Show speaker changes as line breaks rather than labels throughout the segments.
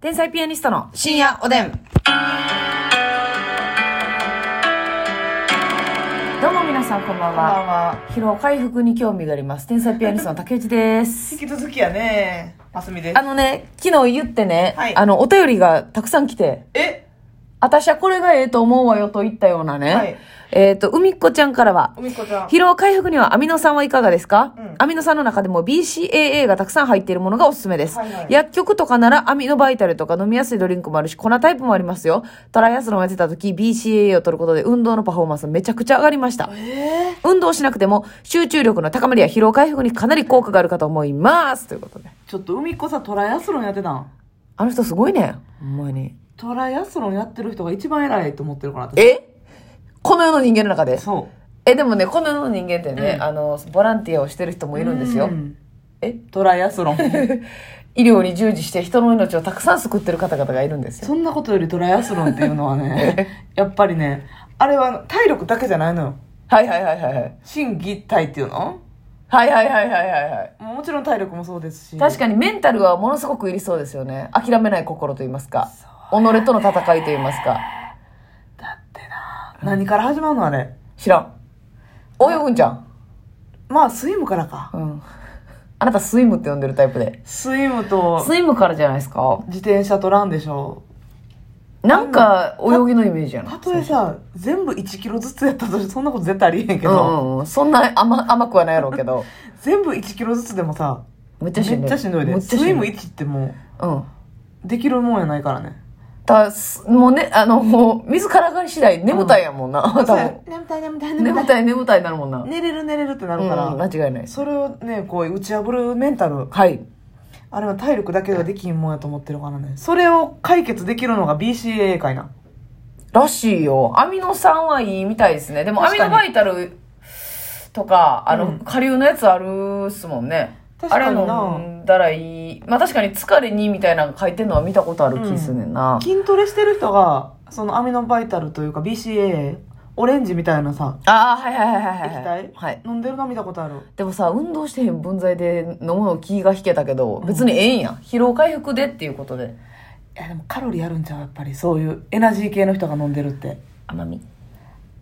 天才ピアニストの深夜おでん。どうも皆さんこんばん
こんば
は。
んは。
疲労回復に興味があります。天才ピアニストの竹内です
引。き続きやね。ますみです
あ。のね、昨日言ってね、
はい
あの、お便りがたくさん来て、
え
私はこれがええと思うわよと言ったようなね、
はい
えっ、と、海っ子ちゃんからは
お、みこちゃん。
疲労回復にはアミノ酸はいかがですか、
うん
アミノ酸の中でも BCAA がたくさん入っているものがおすすめです、
はいはい
薬局とかならアミノバイタルとか飲みやすいドリンクもあるし粉タイプもありますよトライアスロンをやってた時 BCAA を取ることで運動のパフォーマンスめちゃくちゃ上がりました
え
運動しなくても集中力の高まりや疲労回復にかなり効果があるかと思いますということで
ちょっと、うみこさんトライアスロンやってたん
あの人すごいねほんまに
トライアスロンやってる人が一番偉いと思ってるから、私
えこの世の人間の中で
そ
えでもねこの世の人間ってね、
うん
あのボランティアをしてる人も
う。
いるんですよ、
うん
え
トライアスロン。
医療に従事して人の命をたくさん救ってる方々がいるんですよ。
そんなことよりトライアスロンっていうのはね、やっぱりね、あれは体力だけじゃないのよ。
はいはいはいはいはい。
心技体っていうの
はいはいはいはいはいはい。
もうもちろん体力もそうですし。
確かにメンタルはものすごくいりそうですよね。諦めない心と言いますか。己との戦いと言いますか。
だってな何から始まるのあれ。
知らん。泳ぐんじゃん。
まあ、スイムからか。
うん。あなたスイムって呼んでるタイプで。
スイムと、
スイムからじゃないですか。
自転車とランでしょ
なんか泳ぎのイメージやな。
たとえさ全部1キロずつやったとしてそんなこと絶対ありえへんけ
う
ど、
んうんうん。そんな甘甘くはないやろうけど。
全部1キロずつでもさ
めっち
め
ゃしんどい。
っちゃしんどいで
めっち
ス
ゃし
イ
ん
ム
どい。
1っても
うん。
うできるもんやないからね
たすもうね、あの、もう、自らがり次第眠たいやもんな、多分。
眠たい眠たい
眠たい眠たいになるもんな。
寝れる寝れるってな
う
る
ん、
から、
間違いないです。
それをねこう打ち破るメンタル
はい。
あれは体力だけではできんもんやと思ってるからねそれを解決できるのが BCAA かいな
らしいよ。アミノ酸はいいみたいですね。でもア
確
ミ
かに
ノバイタルとか、あ
う
の
ん、
下流のやつあるっすもんね。
確かにな
あれ飲んだらいい。まあ確かに疲れにみたいなの書いてんのは見たことある気すんねんな。
筋トレしてる人がそのアミノバイタルというか BCAA オレンジみたいなさ
ああ、はいはいはいはいはい。
液体、
はい。
飲んでるの見たことある
でもさ、運動してへん分際で飲むの気が引けたけど、別にええんや。疲労回復でっていうことで。
いやでもカロリーあるんちゃうやっぱりそういうエナジー系の人が飲んでるって
甘み。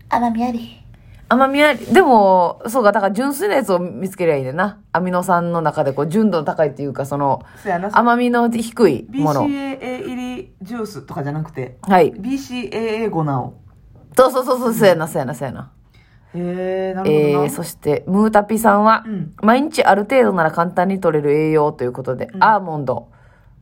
甘みあり
甘みあり、でも、そうか、だから純粋なやつを見つけりゃいいねんな。アミノ酸の中でこう、純度の高いっていうか、その、
そうやな
甘みの低いもの。
BCAA 入りジュースとかじゃなくて
はい。
BCAA 粉を
そうそうそうそう、そうやな、そうやな、そうやな。
へえなるほど
え
な、
ー、そして、ムータピさんは、
うん
毎日ある程度なら簡単に取れる栄養ということで、
うん
アーモンド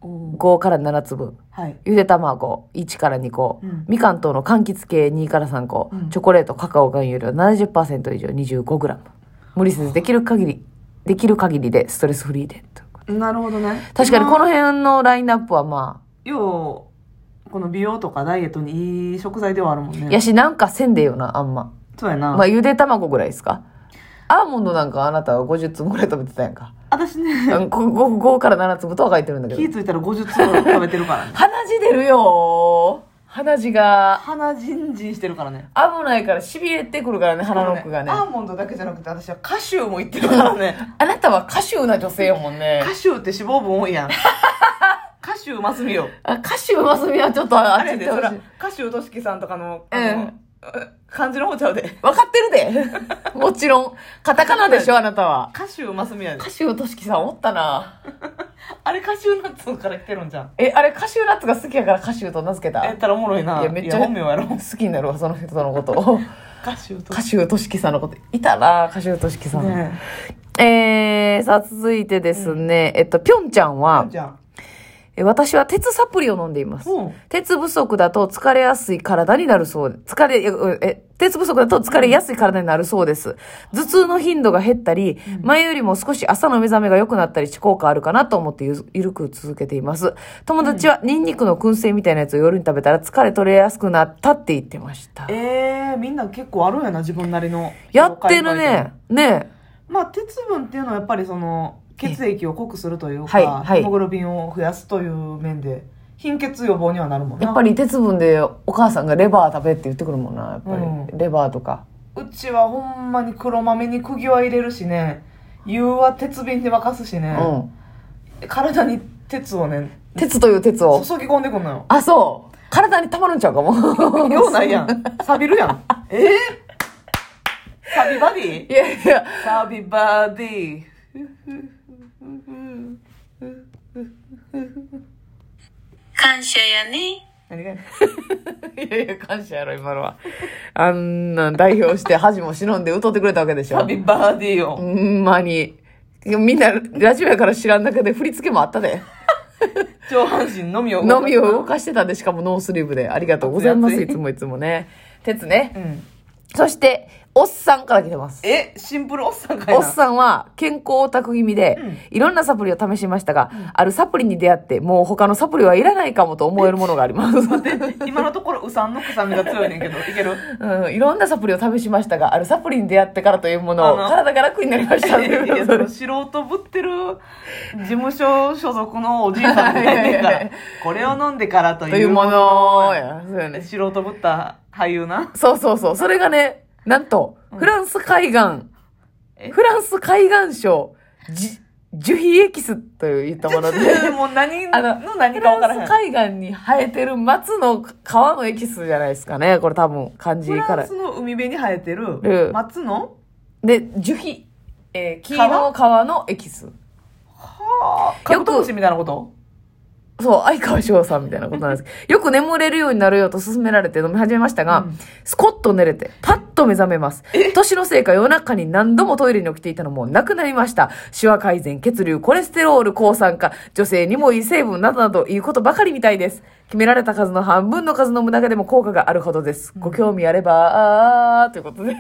おー
5から7粒、
はい
ゆで卵1から2個、
うん
みかん等の柑橘系2から3個、
うん
チョコレート、カカオ含有量70%以上 25g。無理せずできる限り、できる限りでストレスフリーで。ということで
なるほどね
確かにこ
ま
の辺のラインナップはま
あようこの美容とかダイエットにいい食材ではあるもん
あ、
ね
やしなんかせんでよな、あんま。
そうやな、
まあ、ゆで卵ぐらいですかアーモンドなんかあなたは50粒ぐらい食べてたやんか。
私
う
ね
ん 5, から7粒とは書いてるんだけ
気
ど。
付いたら50粒食べてるからね
鼻血出るよー鼻血が。
鼻じんじんしてるからね
危ないから痺れてくるからね、鼻の奥がね。
アーモンドだけじゃなくて私はカシューもいってるからね
あなたは歌手な女性やもんね。
歌手って脂肪分多い やん。歌手ますみよ。
あ歌手ますみはちょっとあっ
あ
ち行
れ
って
で、
ほ
そ
しい
ら、歌手としきさんとかの、
うん
あの、漢字の方ちゃうで。
分かってる で。もちろん。カタカナでしょ、あなたは。
歌手ますみやで
歌。手としきさんおったな。
あれ歌手ナッツから来てるんじゃん。
え、あれ歌手ナッツが好きやから歌手と名付けた。
やったらおもろいな。
いやめっちゃ
本名やろ。
好きになるわその人のこと を
歌手と
歌手としきさんのこといたな歌手としきさん、
ね
えー、さあ続いてですね、えっとぴょんちゃんは
え。じゃん。
え私は鉄サプリを飲んでいます
うん
鉄不足だと疲れやすい体になるそうで疲れ、ええ、鉄不足だと疲れやすい体になるそうです。頭痛の頻度が減ったり、前よりも少し朝の目覚めが良くなったりし効果あるかなと思ってゆずゆるく続けています。友達はニンニクの燻製みたいなやつを夜に食べたら疲れ取れやすくなったって言ってました。
えー、みんな結構あるんやな、自分なりの。
やってるね。。ね
まあ、鉄分っていうのはやっぱりその、血液を濃くするという
はい
か、
はい
ヘモグロビンを増やすという面で、貧血予防にはなるもん
え。
な。
やっぱり鉄分でお母さんがレバー食べって言ってくるもんな、やっぱり。
う
レバーとか。
うちはほんまに黒豆に釘は入れるしね湯は鉄瓶で沸かすし
う
ね
ん。、
体に鉄をね
鉄という鉄を。
注ぎ込んでくんのよ
あ、そう。体に溜まるんちゃうかも。
ようないやん。錆びるやん。ええサビバディ
いやいや。
サビバディ。
感謝やね。
何がやねん
いやいや、感謝やろ、今のは。あんなん代表して恥も忍んで歌ってくれたわけでし
サ
ょ。
ビバディ
ほ
を。
んまに。いやみんな、ラジオやから知らん中で振り付けもあったで。
上半身のみを。
のみを動かしてたで、しかもノースリーブで。ありがとうございます、
熱い
いつもいつもね。鉄ね
う。ん。
そして、おっさんから来てます。
え、シンプルおっさんかい
お
な。
っさんは健康オタク気味で、いろんなサプリを試しましたが、あるサプリに出会って、もう他のサプリはいらないかもと思えるものがあり ます。
今のところ、うさんの臭みが強いねんけど、いける
うん、いろんなサプリを試しましたが、あるサプリに出会ってからというものを、
あの
体が楽になりましたと
いやい
い
や
うこ
そ
と
の
で。
素人ぶってる事務所所属のおじいさんみたいね
いや
んか
いやい
ら
や、
これを飲んでからと
とい
いうう
も
も
の
の。
や。そうやね。
素人ぶった俳優な。
そうそうそう。それがね、なんと、フランス海岸、
え
フランス海岸省、ジジュヒエキスという言ったもので。
もう何
あ
の
の
何
フ
か分か
ラ
らへん
ンス。海岸に生えてる松の皮のエキスじゃないですかね。これ多分漢字
フ
か
ラン
ら
ス。の海辺に生えて
う
る
ん
松の、
で、樹皮。えー、黄色の皮のエキス。
はあ、カブトムシみたいなこと
そう、相川翔さんみたいなことなんですけど、よく眠れるようになるよと勧められて飲み始めましたが、
うん
スコッと寝れて、パッと目覚めます。年のせいか夜中に何度もトイレに起きていたのもなくなりました。シワ改善、血流、コレステロール、抗酸化、女性にもいい成分などなどいうことばかりみたいです。決められた数の半分の数の無駄がでも効果があるほどです。ご興味あれば、あー、ということで。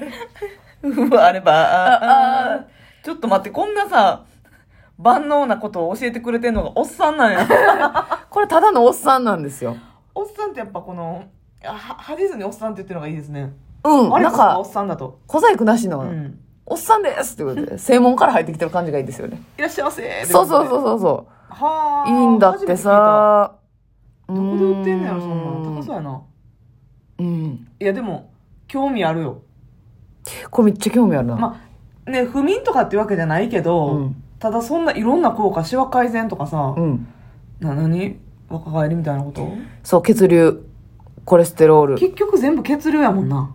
うわあれば、
あ
あちょっと待って、こんなさ、万能なことを教えてくれてんのがおっさんなんや。
これただのおっさんなんですよ。
おっさんってやっぱこの、ははじずにおっさんって言ってるのがいいですね。
うん、
あれ
な
こ
ん
そがお
か、
っさんだと。
小細工なしの、
うん。
おっさんですってことで、正門から入ってきてる感じがいいですよね。
いらっしゃいませ。
そうそうそう
う。
そうそ
は
う。い
あ。
いんだってさ。ど
初めて聞いた。どこで売ってんのやろ、そんなの。高そうやな。
うん。
いや、でも、興味あるよ。
これめっちゃ興味あるな。
まあ、ね、不眠とかってわけじゃないけど、
うん
ただそんないろんな効果、シワ改善とかさ、
うん。
な、何若返りみたいなこと
そう、血流、コレステロール。
結局全部血流やもんな。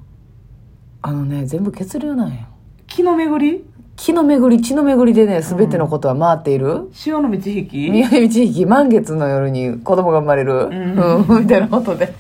あのね、全部血流なんや。
気の巡り
気の巡り、血の巡りでね、すべてのことは回っている。
潮の満ち引き
宮城地域、満月の夜に子供が生まれる。
ん
うん、み たいなことで。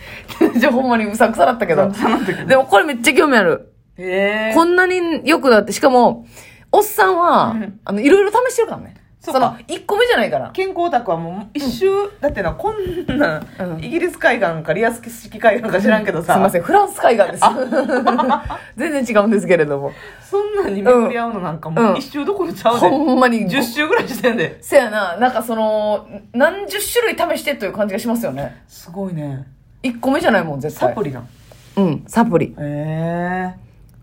じゃあほんまにうさくさだったけど。 でもこれめっちゃ興味ある。
へえ。
こんなに良くなって、しかも、おっさんは、
うん
あの、いろいろ試してるからね。
そ
そうの、
か
1個目じゃないから。
健康オタクはもう一周、だってな、こんな、
うん
イギリス海岸かリアス式海岸か知らんけどさ、
すいません、フランス海岸です。 全然違うんですけれども。
そんなに巡り合うのなんかもう一周どころちゃうで、
ほんまに。
10周ぐらいしてんで。
せやな、なんかその、何十種類試してという感じがしますよね。
すごいね。
1個目じゃないもん、絶
サ
対。
プリなん。
リうん、サプリ。
え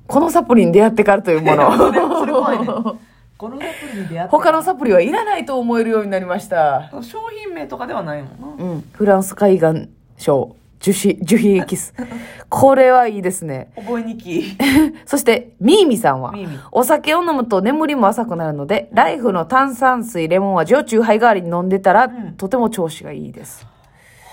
このサプリに出会ってからというも
それそれ怖いね
の。
えこのサプリに出会って
他のサプリはいらないと思えるようになりました。
商品名とかではないもんな
うん、フランス海岸省、樹皮、樹皮エキス。これはいいですね。
覚えにき
そして、ミーミさんは
ミーミ、
お酒を飲むと眠りも浅くなるので、ライフの炭酸水、レモン味をチューハイ代わりに飲んでたら、
ん
とても調子がいいです。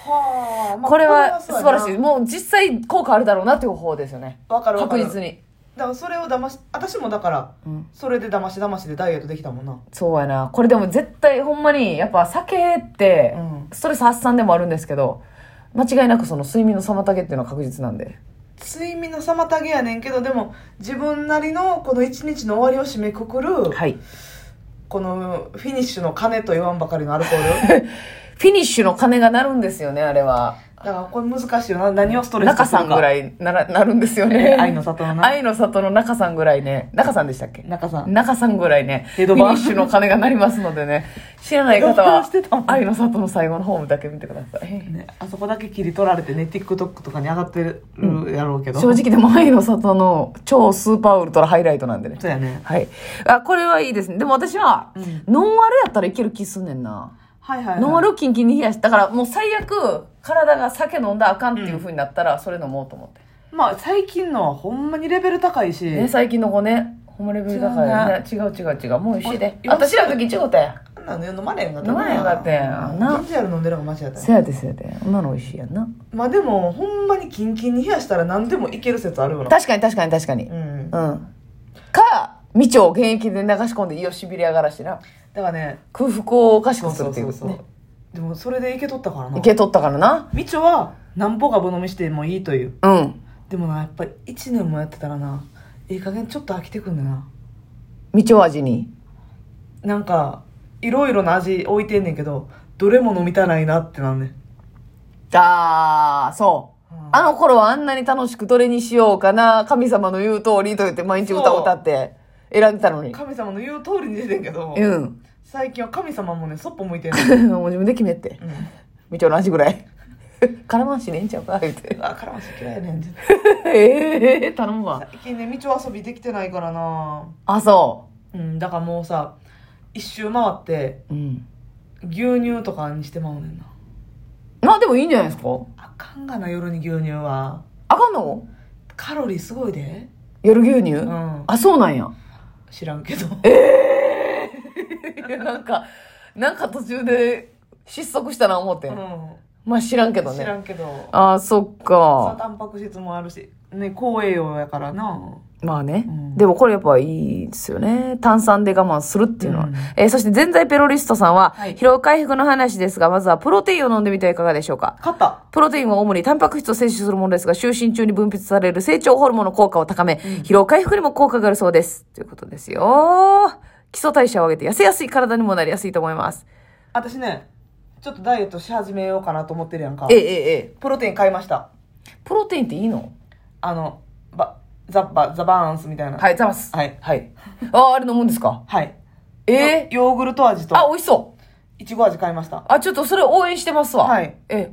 はあ、まあ
これは素晴らしい。
そうや
もう実際効果あるだろうなという方ですよね。
なわかるわか
確
る
実に。
だからそれを騙し私もだから、
うん
それで騙し騙しでダイエットできたもんな
そうやな。これでも絶対ほんまに、やっぱ酒って
うん、
ストレス発散でもあるんですけど、間違いなくその睡眠の妨げっていうのは確実なんで。
睡眠の妨げやねんけどでも自分なりのこの一日の終わりを締めくくる、
はい。
このフィニッシュの鐘と言わんばかりのア ルコール
フィニッシュの鐘が鳴るんですよね、あれは。
だからこれ難しいよな何をストレス
中さんぐ
い
らいならなるんですよね。
愛の里のな
愛の里の中さんぐらいね。中さんでしたっけ
中さん
中さんぐらいね。フ
江
ィ
戸
ニ
版
ッシュの鐘が鳴りますのでね。知らない方
江戸版
は
してたもん、
愛の里の最後のホームだけ見てください。
ね、あそこだけ切り取られてね TikTok とかに上がってるやろうけど、
正直でも愛の里の超スーパーウルトラハイライトなんでね。
そうやね
はい。あ、これはいいですね。でも私は、ノンアルやったらいける気すんねんな。
はいはい、はい、
ノンアルをキンキンに冷やし、だからもう最悪、体が酒飲んだらあかんっていう風になったら、それ飲もうと思って。
まあ最近のはほんまにレベル高いし、
ね、最近の子ね、ホームレベルだからね。違う違う違う。もう一緒で。
お
私らの時違うたやん。
んなの飲まれへんかった
飲まれへんかったやん
うん
な
ジンジャーエール飲んでるのがマジやった
せ
ね
やでせやで女の美味しいやんな
まあでもほんまにキンキンに冷やしたら何でもいける説あるよな
確かに確かに確かに
う
うん
ん
か未調現役で流し込んで胃をしびれ上がらしてな
だからね
空腹をおかしくす
そ
る
う
ってい
そうう
ね
そうでもそれでいけとったからない
けとったからな
みちょは何歩かぶ飲みしてもいいという
うん
でもなやっぱり1年もやってたらないい加減ちょっと飽きてくんだな
未調味に
なんかいろいろな味置いてんねんけどどれも飲みたないなってなんねん
ああそう、
うん
あの頃はあんなに楽しくどれにしようかな神様の言う通りと言って毎日歌を歌って選んでたのに
神様の言う通りに出てんけど、
うん
最近は神様もねそっぽ向いてんねん、
もう自分で決めって
う
未調の味ぐらい 絡まんし ねえんちゃうか言って
ん、あからまし嫌いやねんって
ええ頼むわ
最近ねみちょ遊びできてないからな
あそ
うんだからもうさ一周回って
ううん
牛乳とかにしてまうねんな
まあでもいいんじゃないですか
あかんがな夜に牛乳は
あかんの
カロリーすごいで
夜牛乳、
うん
あそうなんや
知らん けど
いや なんかなんか途中で失速したな思って、
う
まあ知らんけど
ん、知
ね
らんけど
あーそっ
さ
か
タンパク質もあるしね高栄養やからな
まあね、
うん
でもこれやっぱいいですよね炭酸で我慢するっていうのは、
うん
えーそして全在ペロリストさんは、
はい
疲労回復の話ですがまずはプロテインを飲んでみてはいかがでしょうか
勝った
プロテインは主にタンパク質を摂取するものですが、就寝中に分泌される成長ホルモンの効果を高め、疲労回復にも効果があるそうです。ということですよ。基礎代謝を上げて痩せやすい体にもなりやすいと思います。
私ねちょっとダイエットし始めようかなと思ってるやんか
ええええ。
プロテイン買いました
プロテインっていいの
あのばザッパザバーンスみたいな
はいい、ざます。
はい
はい。ああ、あれ飲むんですか
はい
え
ヨ
え
ヨーグルト味と
あ、美味しそう。
いちご味買いました
あ、ちょっとそれ応援してますわ。
はい。
え、